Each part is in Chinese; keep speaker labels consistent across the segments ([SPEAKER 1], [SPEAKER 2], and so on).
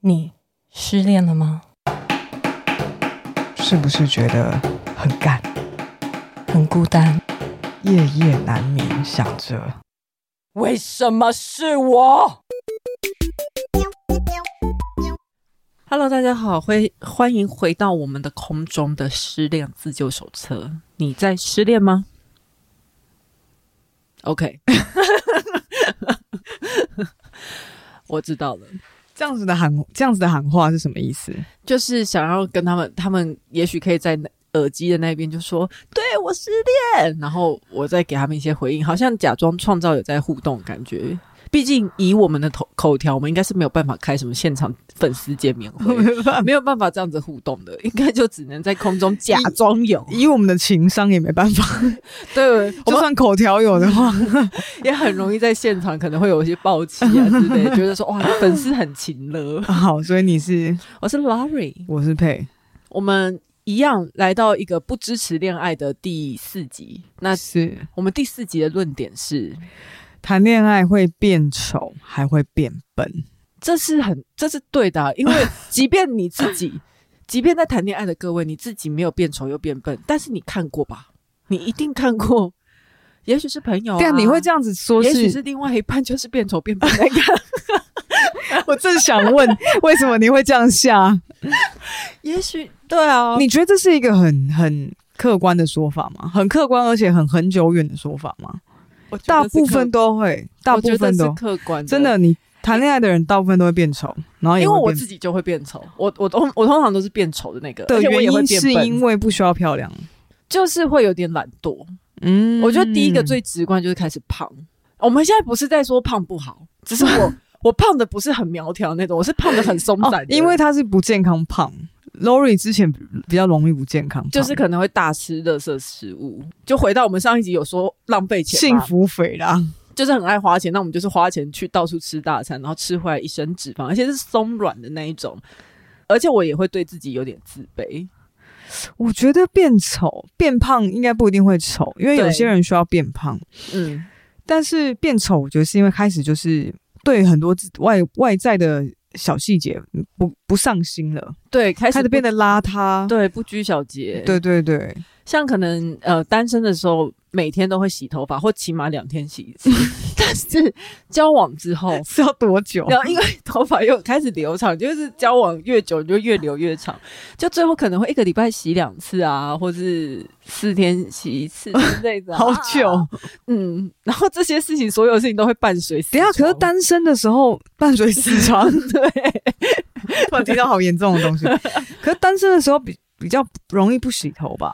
[SPEAKER 1] 你失恋了吗？
[SPEAKER 2] 是不是觉得很干，
[SPEAKER 1] 很孤单，
[SPEAKER 2] 夜夜难眠，想着
[SPEAKER 1] 为什么是我
[SPEAKER 3] ？Hello，大家好，欢欢迎回到我们的空中的失恋自救手册。你在失恋吗？OK，我知道了，
[SPEAKER 2] 这样子的喊，这样子的喊话是什么意思？
[SPEAKER 3] 就是想要跟他们，他们也许可以在耳机的那边就说：“对我失恋。”然后我再给他们一些回应，好像假装创造有在互动的感觉。毕竟以我们的口口条，我们应该是没有办法开什么现场粉丝见面会，没有办法这样子互动的，应该就只能在空中假装有。
[SPEAKER 2] 以我们的情商也没办法，
[SPEAKER 3] 对， 我
[SPEAKER 2] 就
[SPEAKER 3] 们
[SPEAKER 2] 算口条有的话，
[SPEAKER 3] 也很容易在现场可能会有一些暴气啊之类，觉得说哇，粉丝很勤了。
[SPEAKER 2] 好，所以你是
[SPEAKER 3] 我是 Larry，
[SPEAKER 2] 我是佩
[SPEAKER 3] 我们一样来到一个不支持恋爱的第四集。那
[SPEAKER 2] 是
[SPEAKER 3] 我们第四集的论点是，
[SPEAKER 2] 谈恋爱会变丑，还会变笨，
[SPEAKER 3] 这是很这是对的啊、因为 即便你自 己，即便在谈恋爱的各位，你自己没有变丑又变笨，但是你看过吧？你一定看过， 也许是朋友、啊，
[SPEAKER 2] 对啊，你会这样子说
[SPEAKER 3] 也许
[SPEAKER 2] 是？
[SPEAKER 3] 是另外一半就是变丑变笨 那个，
[SPEAKER 2] 我正想问，为什么你会这样下？
[SPEAKER 3] 也许对啊，
[SPEAKER 2] 你觉得这是一个很很客观的说法吗？很客观，而且很很久远的说法吗？
[SPEAKER 3] 我觉得
[SPEAKER 2] 大
[SPEAKER 3] 是
[SPEAKER 2] 部
[SPEAKER 3] 客
[SPEAKER 2] 分都会，大
[SPEAKER 3] 我
[SPEAKER 2] 部
[SPEAKER 3] 觉得
[SPEAKER 2] 分
[SPEAKER 3] 是
[SPEAKER 2] 都
[SPEAKER 3] 客观的，
[SPEAKER 2] 真的，你谈恋爱的人大部分都会变丑，然后也
[SPEAKER 3] 因
[SPEAKER 2] 会
[SPEAKER 3] 为我
[SPEAKER 2] 变
[SPEAKER 3] 自己就会变丑，我我通我通常都是变丑的那个，
[SPEAKER 2] 的
[SPEAKER 3] 而且我
[SPEAKER 2] 原
[SPEAKER 3] 也会
[SPEAKER 2] 因
[SPEAKER 3] 变
[SPEAKER 2] 是
[SPEAKER 3] 笨
[SPEAKER 2] 因为不需要漂亮。
[SPEAKER 3] 就是会有点懒惰。
[SPEAKER 2] 嗯
[SPEAKER 3] 我觉得第一个最直观就是开始胖。我们现在不是在说胖不好，只是 我我胖的不是很苗条那种，我是胖的很松散的
[SPEAKER 2] 哦
[SPEAKER 3] 人、，
[SPEAKER 2] 因为他是不健康胖。Lori 之前比较容易不健康胖，
[SPEAKER 3] 就是可能会大吃垃圾食物。就回到我们上一集有说浪费钱
[SPEAKER 2] 幸
[SPEAKER 3] 嘛，
[SPEAKER 2] 福肥啦，
[SPEAKER 3] 就是很爱花钱，那我们就是花钱去到处吃大餐，然后吃回来一身脂肪，而且是松软的那一种。而且我也会对自己有点自卑，
[SPEAKER 2] 我觉得变丑变胖应该不一定会丑，因为有
[SPEAKER 3] 对
[SPEAKER 2] 些人需要变胖，
[SPEAKER 3] 嗯，
[SPEAKER 2] 但是变丑，我觉得是因为开始就是对很多自外外在的小细节不不上心了，
[SPEAKER 3] 对，开
[SPEAKER 2] 开
[SPEAKER 3] 始
[SPEAKER 2] 始
[SPEAKER 3] 不
[SPEAKER 2] 变得邋遢。
[SPEAKER 3] 对不拘小节，
[SPEAKER 2] 对对对，
[SPEAKER 3] 像可能呃单身的时候，每天都会洗头发，或起码两天洗一 次。但是交往之后，
[SPEAKER 2] 是要多久？
[SPEAKER 3] 然后因为头发又开始留长，就是交往越久你就越留越长，就最后可能会一个礼拜洗两次啊，或是四天洗一次之类的、啊
[SPEAKER 2] 好久。，
[SPEAKER 3] 嗯，然后这些事情，所有事情都会伴随死
[SPEAKER 2] 等一下，可是
[SPEAKER 3] 床
[SPEAKER 2] 单身的时候伴随 死床，
[SPEAKER 3] 对
[SPEAKER 2] 突然听到好严重的东 西。可是单身的时候比比较容易不洗头吧？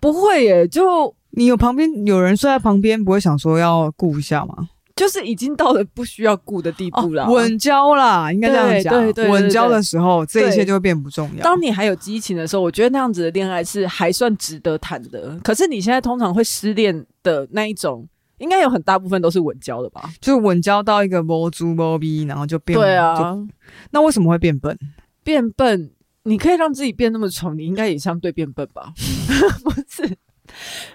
[SPEAKER 3] 不会耶，就
[SPEAKER 2] 你有旁边有人睡在旁边，不会想说要顾一下吗？
[SPEAKER 3] 就是已经到了不需要顾的地
[SPEAKER 2] 哦
[SPEAKER 3] 步了。，
[SPEAKER 2] 稳交啦，应该这样讲。
[SPEAKER 3] 啊对对对对
[SPEAKER 2] 稳交的时候，
[SPEAKER 3] 对
[SPEAKER 2] 这一切就会变不重要。
[SPEAKER 3] 当你还有激情的时候，我觉得那样子的恋爱是还算值得谈的。可是你现在通常会失恋的那一种，应该有很大部分都是稳交的吧？
[SPEAKER 2] 就稳交到一个摸猪摸逼，然后就变
[SPEAKER 3] 对
[SPEAKER 2] 就
[SPEAKER 3] 啊，
[SPEAKER 2] 那为什么会变笨？
[SPEAKER 3] 变笨，你可以让自己变那么丑，你应该也相对变笨 吧？不是，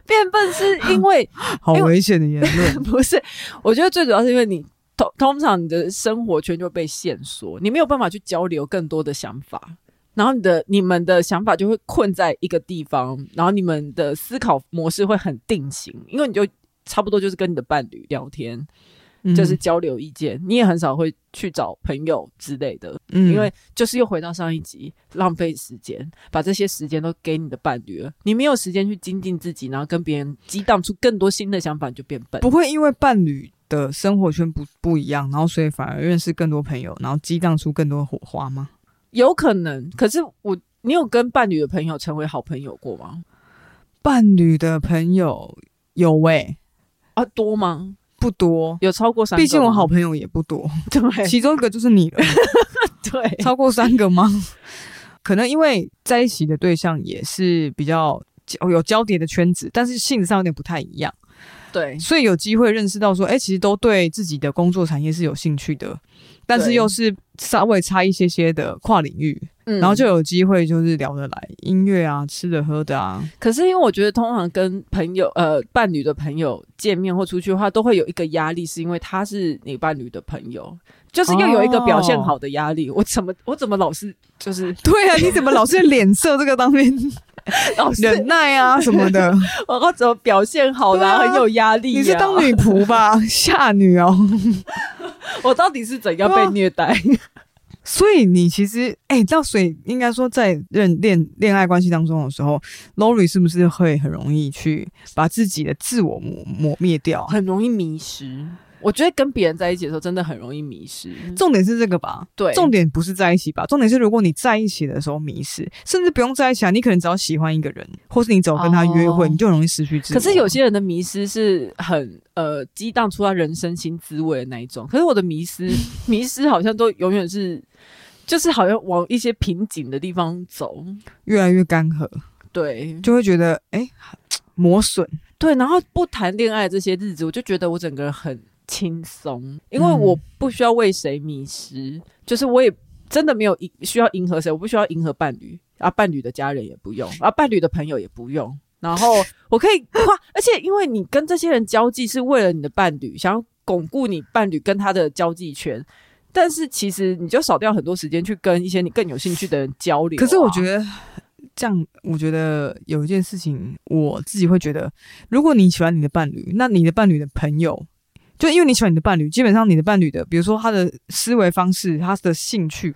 [SPEAKER 3] 变笨是因为
[SPEAKER 2] 好
[SPEAKER 3] 因为。
[SPEAKER 2] 危险的言论
[SPEAKER 3] 不是，我觉得最主要是因为你。通通常你的生活圈就被限缩，你没有办法去交流更多的想法，然后你的你们的想法就会困在一个地方，然后你们的思考模式会很定型，因为你就差不多就是跟你的伴侣聊天，
[SPEAKER 2] 嗯
[SPEAKER 3] 就是交流意见，你也很少会去找朋友之类的，
[SPEAKER 2] 嗯
[SPEAKER 3] 因为就是又回到上一集，浪费时间，把这些时间都给你的伴侣了，你没有时间去精进自己，然后跟别人激荡出更多新的想法，你就变笨。
[SPEAKER 2] 不会因为伴侣的生活圈不不一样，然后所以反而认识更多朋友，然后激荡出更多火花吗？
[SPEAKER 3] 有可能，可是我，你有跟伴侣的朋友成为好朋友过吗？
[SPEAKER 2] 伴侣的朋友有喂、
[SPEAKER 3] 啊，多吗？
[SPEAKER 2] 不多，
[SPEAKER 3] 有超过三个吗？
[SPEAKER 2] 毕竟我好朋友也不多，
[SPEAKER 3] 对
[SPEAKER 2] 其中一个就是你了，
[SPEAKER 3] 对
[SPEAKER 2] 超过三个吗？ 可能因为在一起的对象也是比较交哦有交叠的圈子，但是性质上有点不太一样，
[SPEAKER 3] 对
[SPEAKER 2] 所以有机会认识到说，哎、其实都对自己的工作产业是有兴趣的，但是又是稍微差一些些的跨领域，
[SPEAKER 3] 嗯
[SPEAKER 2] 然后就有机会就是聊得来，音乐啊、吃的喝的 啊，
[SPEAKER 3] 可是因为我觉得，通常跟朋友呃伴侣的朋友见面或出去的话，都会有一个压力，是因为他是你伴侣的朋友，就是又有一个表现好的压
[SPEAKER 2] 哦
[SPEAKER 3] 力。我怎么我怎么老是 就是
[SPEAKER 2] 对啊，你怎么老是脸色这个当 面
[SPEAKER 3] 老是
[SPEAKER 2] 忍耐啊什么 的？
[SPEAKER 3] 我要怎么表现好啦、
[SPEAKER 2] 对啊
[SPEAKER 3] 很有压力、啊。
[SPEAKER 2] 你是当女仆吧， 下女哦。
[SPEAKER 3] 我到底是怎样
[SPEAKER 2] 对啊
[SPEAKER 3] 被虐待？
[SPEAKER 2] 所以你其实，哎、到水应该说在认恋恋爱关系当中的时候，Lori 是不是会很容易去把自己的自我磨磨灭掉啊？
[SPEAKER 3] 很容易迷失。我觉得跟别人在一起的时候，真的很容易迷失。
[SPEAKER 2] 重点是这个吧，
[SPEAKER 3] 对，
[SPEAKER 2] 重点不是在一起吧，重点是如果你在一起的时候迷失，甚至不用在一起啊，你可能只要喜欢一个人，或是你只要跟他约会，
[SPEAKER 3] 哦
[SPEAKER 2] 你就很容易失去自我。
[SPEAKER 3] 可是有些人的迷失是很呃激荡出他人生新滋味的那一种，可是我的迷 失迷失好像都永远是，就是好像往一些瓶颈的地方走，
[SPEAKER 2] 越来越干涸，
[SPEAKER 3] 对
[SPEAKER 2] 就会觉得哎、磨损。
[SPEAKER 3] 对，然后不谈恋爱这些日子，我就觉得我整个人很轻松，因
[SPEAKER 2] 嗯
[SPEAKER 3] 为我不需要为谁迷失，就是我也真的没有迎需要迎合谁，我不需要迎合伴侣啊，伴侣的家人也不用啊，伴侣的朋友也不用。然 后我可以哇，而且因为你跟这些人交际是为了你的伴侣，想要巩固你伴侣跟他的交际圈，但是其实你就少掉很多时间去跟一些你更有兴趣的人交流啊、
[SPEAKER 2] 可是我觉得这样，我觉得有一件事情，我自己会觉得，如果你喜欢你的伴侣，那你的伴侣的朋友，就因为你喜欢你的伴侣，基本上你的伴侣的，比如说他的思维方式、他的兴趣，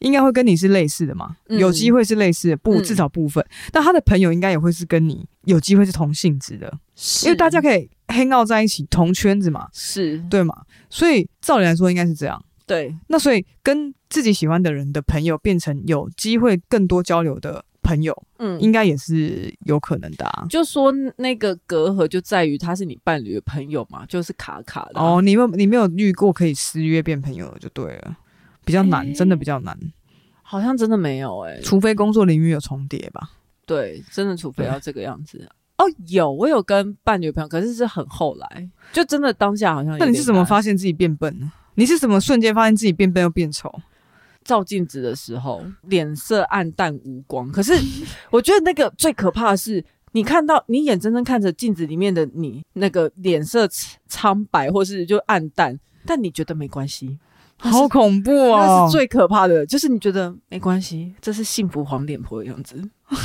[SPEAKER 2] 应该会跟你是类似的嘛，
[SPEAKER 3] 嗯
[SPEAKER 2] 有机会是类似的，不
[SPEAKER 3] 嗯
[SPEAKER 2] 至少部分。但他的朋友应该也会是跟你有机会是同性质的，
[SPEAKER 3] 是
[SPEAKER 2] 因为大家可以 hang out 在一起，同圈子嘛，
[SPEAKER 3] 是
[SPEAKER 2] 对嘛？所以照理来说应该是这样。
[SPEAKER 3] 对
[SPEAKER 2] 那所以跟自己喜欢的人的朋友变成有机会更多交流的朋友，
[SPEAKER 3] 嗯
[SPEAKER 2] 应该也是有可能的、啊。
[SPEAKER 3] 就说那个隔阂就在于他是你伴侣的朋友嘛，就是卡卡的啊、
[SPEAKER 2] 哦，你们你没有遇过可以私约变朋友的就对了，比较难，
[SPEAKER 3] 诶
[SPEAKER 2] 真的比较难，
[SPEAKER 3] 好像真的没有哎、
[SPEAKER 2] 除非工作领域有重叠吧。
[SPEAKER 3] 对，真的除非
[SPEAKER 2] 对
[SPEAKER 3] 要这个样子。哦，有我有跟伴侣朋友，可是是很后来，就真的当下好像有
[SPEAKER 2] 那
[SPEAKER 3] 点
[SPEAKER 2] 你是怎么
[SPEAKER 3] 难
[SPEAKER 2] 发现自己变笨呢？你是怎么瞬间发现自己变笨又变丑？
[SPEAKER 3] 照镜子的时候，脸色暗淡无光。可是我觉得那个最可怕的是，你看到你眼睁睁看着镜子里面的你，那个脸色苍苍白或是就暗淡，但你觉得没关系，那是
[SPEAKER 2] 好恐怖哦！
[SPEAKER 3] 那是最可怕的，就是你觉得没关系，这是幸福黄脸婆的样子。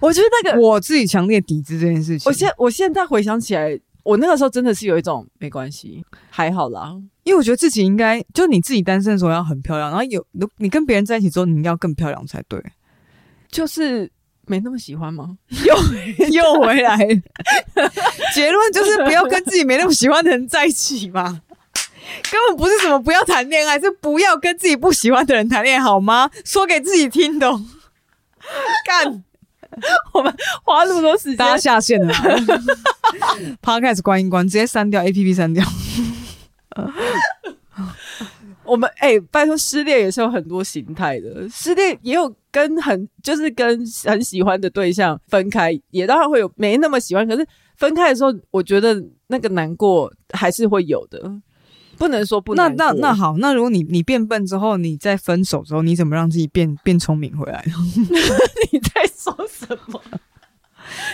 [SPEAKER 3] 我觉得那 个，
[SPEAKER 2] 我自己强烈抵制这件事情。
[SPEAKER 3] 我现我现在回想起来，我那个时候真的是有一种没关系，还好啦。
[SPEAKER 2] 因为我觉得自己应该，就你自己单身的时候要很漂亮，然后有你跟别人在一起之后，你应该要更漂亮才对。
[SPEAKER 3] 就是没那么喜欢吗？
[SPEAKER 2] 又回来，结论就是不要跟自己没那么喜欢的人在一起嘛。根本不是什么不要谈恋爱，是不要跟自己不喜欢的人谈恋爱，好吗？说给自己听的哦。干，
[SPEAKER 3] 花那么多时间
[SPEAKER 2] 大家下线了啊。Podcast 关一关，直接删掉 APP，删掉。
[SPEAKER 3] 我们哎、拜托，失恋也是有很多形态的，失恋也有跟很就是跟很喜欢的对象分开，也当然会有没那么喜欢，可是分开的时候，我觉得那个难过还是会有的，不能说不
[SPEAKER 2] 那
[SPEAKER 3] 难
[SPEAKER 2] 那
[SPEAKER 3] 过
[SPEAKER 2] 那好，那如果你你变笨之后，你在分手之后，你怎么让自己变变聪明回来呢？
[SPEAKER 3] 你在说什么？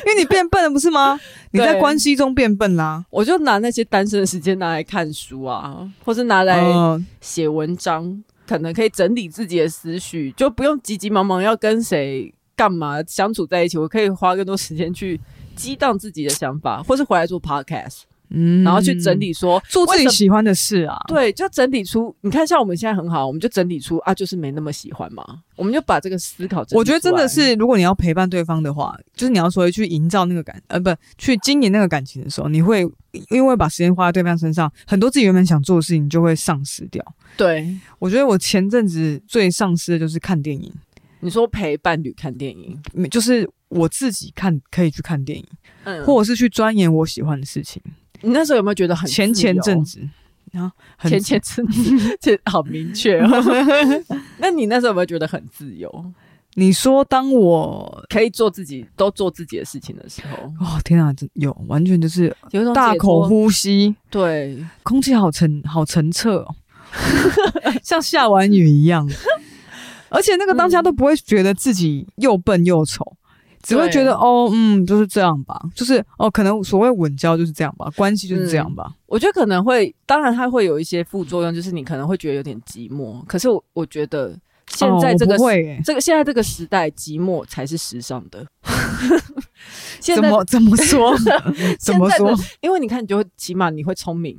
[SPEAKER 2] 因为你变笨了，不是吗？你在
[SPEAKER 3] 对
[SPEAKER 2] 关系中变笨啦、
[SPEAKER 3] 我就拿那些单身的时间拿来看书啊，或是拿来
[SPEAKER 2] 嗯
[SPEAKER 3] 写文章，可能可以整理自己的思绪，就不用急急忙忙要跟谁干嘛相处在一起。我可以花更多时间去激荡自己的想法，或是回来做 podcast，
[SPEAKER 2] 嗯
[SPEAKER 3] 然后去整理说、
[SPEAKER 2] 做自己
[SPEAKER 3] 为什么。
[SPEAKER 2] 喜欢的事啊。
[SPEAKER 3] 对，就整理出，你看，像我们现在很好，我们就整理出啊，就是没那么喜欢嘛，我们就把这个思考整理出来。
[SPEAKER 2] 我觉得真的是，如果你要陪伴对方的话，就是你要说去营造那个感，呃，不，去经营那个感情的时候，你会因为把时间花在对方身上，很多自己原本想做的事情就会丧失掉。
[SPEAKER 3] 对
[SPEAKER 2] 我觉得我前阵子最丧失的就是看电影，
[SPEAKER 3] 你说陪伴侣看电影，
[SPEAKER 2] 没就是我自己看可以去看电影，
[SPEAKER 3] 嗯，
[SPEAKER 2] 或者是去钻研我喜欢的事情。
[SPEAKER 3] 你那时候有没有觉得很
[SPEAKER 2] 前
[SPEAKER 3] 自由
[SPEAKER 2] 前阵子，然后很
[SPEAKER 3] 前前阵子， 这好明 确哦。那你那时候有没有觉得很自由，
[SPEAKER 2] 你说当我
[SPEAKER 3] 可以做自己都做自己的事情的时候，
[SPEAKER 2] 哦天啊，真有完全就是
[SPEAKER 3] 有一种
[SPEAKER 2] 大
[SPEAKER 3] 解脱
[SPEAKER 2] 口呼吸，
[SPEAKER 3] 对，
[SPEAKER 2] 空气好澄好澄澈、哦， 像下完雨一样。而且那个当下都不会觉得自己又笨又丑，只会觉得
[SPEAKER 3] 对
[SPEAKER 2] 哦，嗯，就是这样吧，就是哦，可能所谓稳交就是这样吧，关系就是这样吧。
[SPEAKER 3] 我觉得可能会，当然它会有一些副作用，就是你可能会觉得有点寂寞。可是我我觉得现在这
[SPEAKER 2] 哦、
[SPEAKER 3] 个
[SPEAKER 2] 我
[SPEAKER 3] 时、
[SPEAKER 2] 不会、欸，
[SPEAKER 3] 这个现在这个时代，寂寞才是时尚 的。现
[SPEAKER 2] 怎
[SPEAKER 3] 在
[SPEAKER 2] 么怎么 说？ 怎么说？
[SPEAKER 3] 因为你看，你就会起码你会聪明，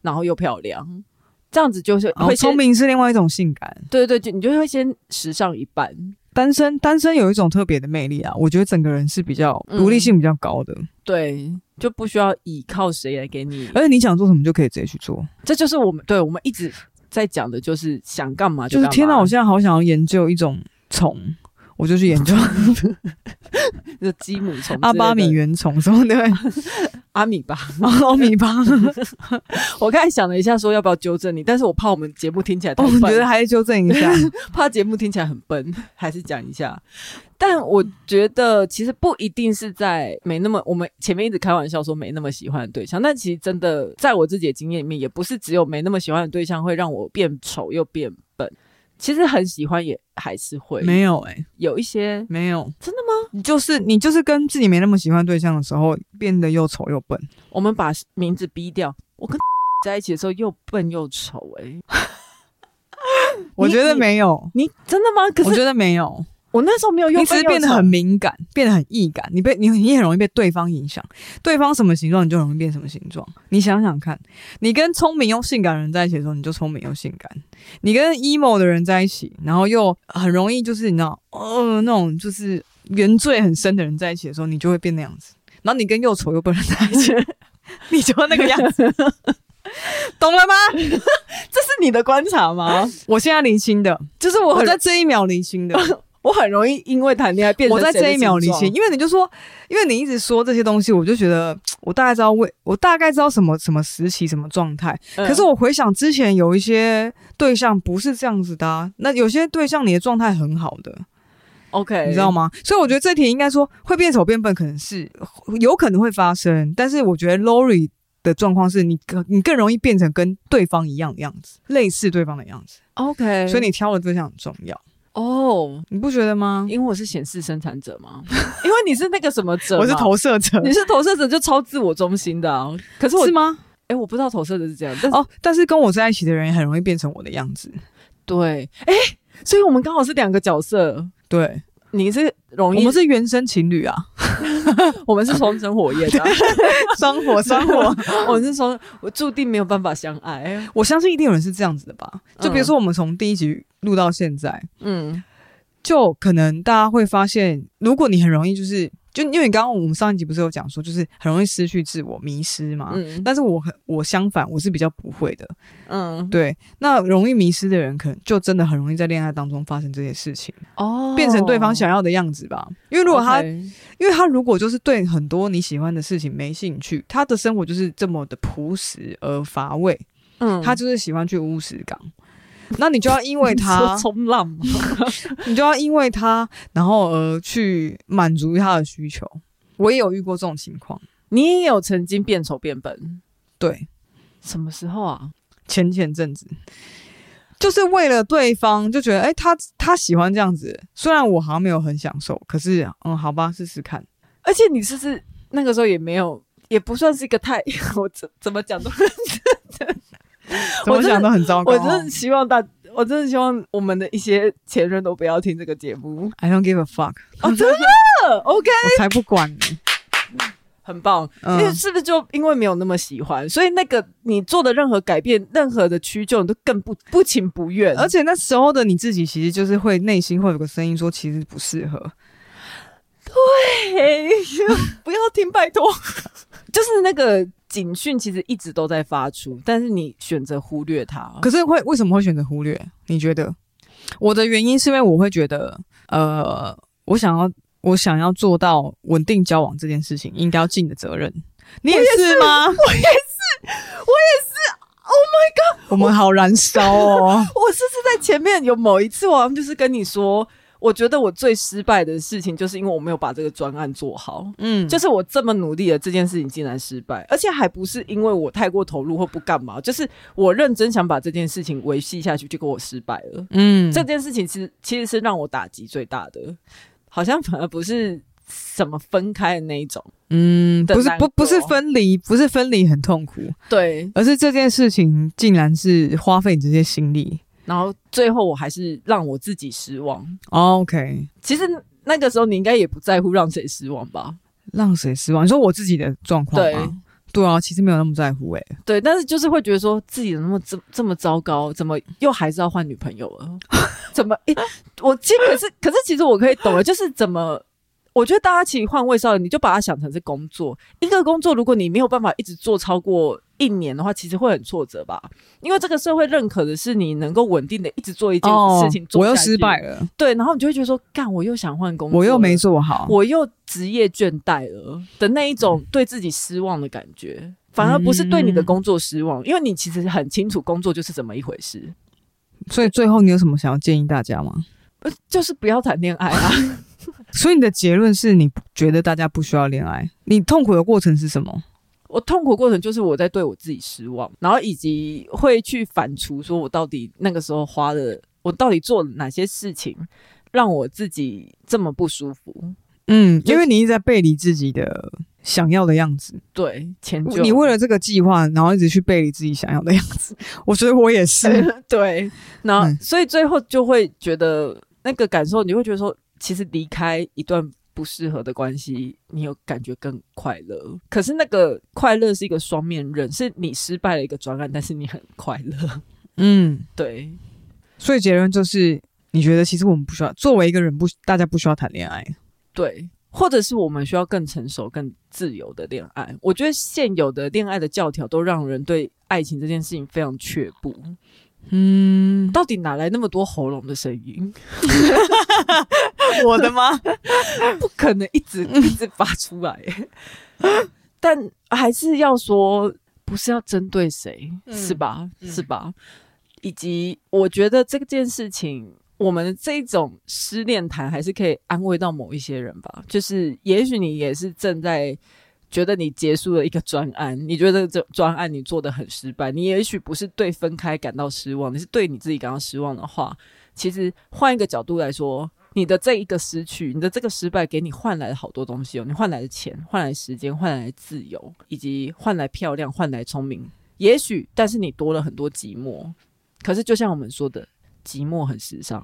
[SPEAKER 3] 然后又漂亮，这样子就是
[SPEAKER 2] 哦
[SPEAKER 3] 会先
[SPEAKER 2] 聪，明是另外一种性感。
[SPEAKER 3] 对对，就你就会先时尚一半。
[SPEAKER 2] 单身单身有一种特别的魅力啊，我觉得整个人是比较
[SPEAKER 3] 嗯
[SPEAKER 2] 独立性比较高的，
[SPEAKER 3] 对，就不需要依靠谁来给你。
[SPEAKER 2] 而且你想做什么就可以直接去做。
[SPEAKER 3] 这就是我们对我们一直在讲的，啊就是想干嘛
[SPEAKER 2] 就是
[SPEAKER 3] 干嘛
[SPEAKER 2] 天哪，我现在好想要研究一种虫，我就去研 究
[SPEAKER 3] 就是鸡母虫之类的、
[SPEAKER 2] 阿巴米原虫什 么的，
[SPEAKER 3] 阿米巴。
[SPEAKER 2] 奥米巴。
[SPEAKER 3] 我刚才想了一下，说要不要纠正你，但是我怕我们节目听起来太
[SPEAKER 2] 哦，
[SPEAKER 3] 笨，
[SPEAKER 2] 我觉得还是纠正一 下，
[SPEAKER 3] 怕节目听起来很笨，还是讲一下。但我觉得其实不一定是在没那么，我们前面一直开玩笑说没那么喜欢的对象，但其实真的在我自己的经验里面，也不是只有没那么喜欢的对象会让我变丑又变笨，其实很喜欢也还是会
[SPEAKER 2] 没有哎、
[SPEAKER 3] 有一些
[SPEAKER 2] 没有，
[SPEAKER 3] 真
[SPEAKER 2] 的吗？你就是你就是跟自己没那么喜欢对象的时候，变得又丑又笨。
[SPEAKER 3] 我们把名字逼掉。我跟 在一起的时候又笨又丑、欸，哎，
[SPEAKER 2] 我觉得
[SPEAKER 3] 你
[SPEAKER 2] 没有，
[SPEAKER 3] 你真的吗？可
[SPEAKER 2] 我
[SPEAKER 3] 是
[SPEAKER 2] 觉得没有，
[SPEAKER 3] 我那时候没有又
[SPEAKER 2] 你只
[SPEAKER 3] 笨
[SPEAKER 2] 是
[SPEAKER 3] 又
[SPEAKER 2] 变得
[SPEAKER 3] 丑
[SPEAKER 2] 很敏感，变得很易感。你被你你很容易被对方影响，对方什么形状你就容易变什么形状。你想想看，你跟聪明又性感的人在一起的时候，你就聪明又性感；你跟 emo 的人在一起，然后又很容易就是你知道，呃，那种就是原罪很深的人在一起的时候，你就会变那样子。然后你跟又丑又笨的人在一起，你就会那个样子。 懂了吗？
[SPEAKER 3] 这是你的观察吗？
[SPEAKER 2] 我现在离清的，
[SPEAKER 3] 就是我
[SPEAKER 2] 我
[SPEAKER 3] 很
[SPEAKER 2] 在这一秒离清的。
[SPEAKER 3] 我很容易因为谈恋爱变成
[SPEAKER 2] 我在这一秒理
[SPEAKER 3] 谁的
[SPEAKER 2] 清，
[SPEAKER 3] 形状。
[SPEAKER 2] 因为你就说，因为你一直说这些东西，我就觉得我大概知道为，我大概知道什么什么时期什么状态。
[SPEAKER 3] 嗯
[SPEAKER 2] 可是我回想之前有一些对象不是这样子的、啊，那有些对象你的状态很好的，
[SPEAKER 3] OK，
[SPEAKER 2] 你知道？吗？所以我觉得这题应该说会变丑变笨，可能是有可能会发生，但是我觉得 Lori 的状况是你更你更容易变成跟对方一样的样子，类似对方的样子，
[SPEAKER 3] OK，
[SPEAKER 2] 所以你挑的对象很重要，
[SPEAKER 3] 哦，
[SPEAKER 2] 你不觉得吗？
[SPEAKER 3] 因为我是显示生产 者嘛，因为你是那个什么者，
[SPEAKER 2] 我是，投射者，
[SPEAKER 3] 你是投射者就超自我中心的啊。可是我
[SPEAKER 2] 是，吗？
[SPEAKER 3] 哎，我不知道投射者是这样，但是
[SPEAKER 2] 哦，但是跟我在一起的人也很容易变成我的样子。
[SPEAKER 3] 对，哎，所以我们刚好是两个角色，
[SPEAKER 2] 对，
[SPEAKER 3] 你是容
[SPEAKER 2] 我
[SPEAKER 3] 易，
[SPEAKER 2] 们是原生情侣啊，
[SPEAKER 3] 我们是双生火焰啊，
[SPEAKER 2] 生 活生活，
[SPEAKER 3] 我们是双，我注定没有办法相爱。
[SPEAKER 2] 我相信一定有人是这样子的吧？就比如说我们从第一集录到现在，
[SPEAKER 3] 嗯，
[SPEAKER 2] 就可能大家会发现，如果你很容易就是，就因为你刚刚我们上一集不是有讲说，就是很容易失去自我、迷失嘛。
[SPEAKER 3] 嗯，
[SPEAKER 2] 但是我很我相反，我是比较不会的。
[SPEAKER 3] 嗯，
[SPEAKER 2] 对，那容易迷失的人，可能就真的很容易在恋爱当中发生这些事情，
[SPEAKER 3] 哦，
[SPEAKER 2] 变成对方想要的样子吧。因为如果他
[SPEAKER 3] OK
[SPEAKER 2] 因为他如果就是对很多你喜欢的事情没兴趣，他的生活就是这么的朴实而乏味，
[SPEAKER 3] 嗯
[SPEAKER 2] 他就是喜欢去乌石港。那 你就要因为
[SPEAKER 3] 你
[SPEAKER 2] 他
[SPEAKER 3] 说，冲浪吗，
[SPEAKER 2] 你就要因为他，然后而去满足他的需求。我也有遇过这种情况，
[SPEAKER 3] 你也有曾经变丑变笨，
[SPEAKER 2] 对，
[SPEAKER 3] 什么时候啊？
[SPEAKER 2] 前前阵子，就是为了对方就觉得，哎、他他喜欢这样子，虽然我好像没有很享受，可是，嗯，好吧，试试看。
[SPEAKER 3] 而且你是不是那个时候也没有，也不算是一个太 我怎怎么讲都，
[SPEAKER 2] 怎么
[SPEAKER 3] 真的
[SPEAKER 2] 想都很糟糕。
[SPEAKER 3] 我真的希望大，我真的希望我们的一些前任都不要听这个节目。
[SPEAKER 2] I don't give a fuck，
[SPEAKER 3] 哦，真的，OK，
[SPEAKER 2] 我才不管呢。
[SPEAKER 3] 很棒。因
[SPEAKER 2] 嗯
[SPEAKER 3] 为是不是就因为没有那么喜欢，所以那个你做的任何改变、任何的屈就，你都更不不情不愿。
[SPEAKER 2] 而且那时候的你自己，其实就是会内心会有个声音说，其实不适合。
[SPEAKER 3] 嘿， 不要听，拜托。 就是那个警讯，其实一直都在发出，但是你选择忽略它。！
[SPEAKER 2] 可是会为什么会选择忽略？你觉得？我的原因是因为我会觉得，呃，我想要我想要做到稳定交往这件事情，应该要尽的责任。你也是吗？我也是，我也是。Oh my god！我们好燃烧哦
[SPEAKER 3] 我是不是在前面有某一次，我好像就是跟你说，我觉得我最失败的事情，就是因为我没有把这个专案做好。
[SPEAKER 2] 嗯，
[SPEAKER 3] 就是我这么努力了，这件事情竟然失败，而且还不是因为我太过投入或不干嘛，就是我认真想把这件事情维系下去，结果我失败了。
[SPEAKER 2] 嗯，
[SPEAKER 3] 这件事情其实其实是让我打击最大的，好像反而不是什么分开的那一种。
[SPEAKER 2] 嗯，
[SPEAKER 3] 的
[SPEAKER 2] 不是
[SPEAKER 3] 难
[SPEAKER 2] 不不是
[SPEAKER 3] 过
[SPEAKER 2] 分离，不是分离很痛苦，
[SPEAKER 3] 对，
[SPEAKER 2] 而是这件事情竟然是花费你这些心力。
[SPEAKER 3] 然后最后我还是让我自己失望。
[SPEAKER 2] 哦 OK，
[SPEAKER 3] 其实那个时候你应该也不在乎让谁失望吧？
[SPEAKER 2] 让谁失望？你说我自己的状况
[SPEAKER 3] 对
[SPEAKER 2] 吗？对啊，其实没有那么在乎诶、欸
[SPEAKER 3] 对，但是就是会觉得说自己怎么那么这这么糟糕，怎么又还是要换女朋友了？ 怎么？诶我其实可是可是其实我可以懂了，就是怎么。我觉得大家其实换位上，你就把它想成是工作。一个工作，如果你没有办法一直做超过一年的话，其实会很挫折吧。因为这个社会认可的是你能够稳定的一直做一件事情做
[SPEAKER 2] 哦我又
[SPEAKER 3] 下去
[SPEAKER 2] 失败了，
[SPEAKER 3] 对，然后你就会觉得说，干，我又想换工作，
[SPEAKER 2] 我又没做好。
[SPEAKER 3] 我又职业倦怠了的那一
[SPEAKER 2] 嗯
[SPEAKER 3] 种对自己失望的感觉，反而不是对你的工作失
[SPEAKER 2] 嗯
[SPEAKER 3] 望，因为你其实很清楚工作就是怎么一回事，
[SPEAKER 2] 所以最后你有什么想要建议大家吗？
[SPEAKER 3] 呃就是不要谈恋爱啊。
[SPEAKER 2] 所以你的结论是你觉得大家不需要恋爱？你痛苦的过程是什么？
[SPEAKER 3] 我痛苦过程就是我在对我自己失望，然后以及会去反刍，说我到底那个时候花了，我到底做了哪些事情，让我自己这么不舒服。
[SPEAKER 2] 嗯，
[SPEAKER 3] 就是
[SPEAKER 2] 因为你一直在背离自己的想要的样子，
[SPEAKER 3] 对，前就
[SPEAKER 2] 你为了这个计划，然后一直去背离自己想要的样子。我觉得我也是，
[SPEAKER 3] 对，然后、
[SPEAKER 2] 嗯
[SPEAKER 3] 所以最后就会觉得那个感受，你会觉得说，其实离开一段不适合的关系，你有感觉更快乐。可是那个快乐是一个双面刃，是你失败了一个专案，但是你很快乐。
[SPEAKER 2] 嗯。
[SPEAKER 3] 对，
[SPEAKER 2] 所以结论就是，你觉得其实我们不需要作为一个人不，大家不需要谈恋爱。
[SPEAKER 3] 对，或者是我们需要更成熟、更自由的恋爱。我觉得现有的恋爱的教条都让人对爱情这件事情非常却步。
[SPEAKER 2] 嗯，
[SPEAKER 3] 到底哪来那么多喉咙的声音？
[SPEAKER 2] 我的吗？
[SPEAKER 3] 不可能 一直一直发出来，但还是要说，不是要针对谁，
[SPEAKER 2] 嗯
[SPEAKER 3] 是吧？
[SPEAKER 2] 嗯
[SPEAKER 3] 是吧？以及我觉得这件事情，我们这种失恋谈还是可以安慰到某一些人吧。就是也许你也是正在。觉得你结束了一个专案，你觉得这专案你做的很失败，你也许不是对分开感到失望，你是对你自己感到失望的话，其实换一个角度来说，你的这一个失去，你的这个失败，给你换来了好多东西哦，你换来了钱，换来了时间，换来了自由，以及换来漂亮，换来聪明。也许，但是你多了很多寂寞。可是，就像我们说的，寂寞很时尚。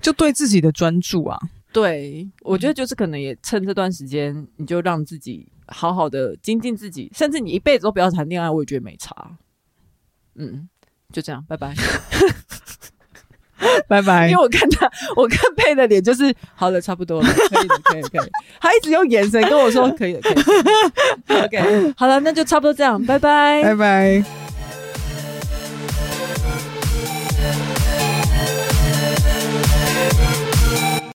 [SPEAKER 2] 就对自己的专注啊。
[SPEAKER 3] 对，我觉得就是可能也趁这段时间，你就让自己好好的精进自己，甚至你一辈子都不要谈恋爱，我也觉得没差。嗯，就这样，拜拜。
[SPEAKER 2] 拜 拜
[SPEAKER 3] 因为。我看他，我看佩的脸就是好了，差不多了， 可以的，可以的，可以的。他一直用眼神跟我说可以的，可以的。OK，好了，那就差不多这样，拜拜
[SPEAKER 2] 拜拜。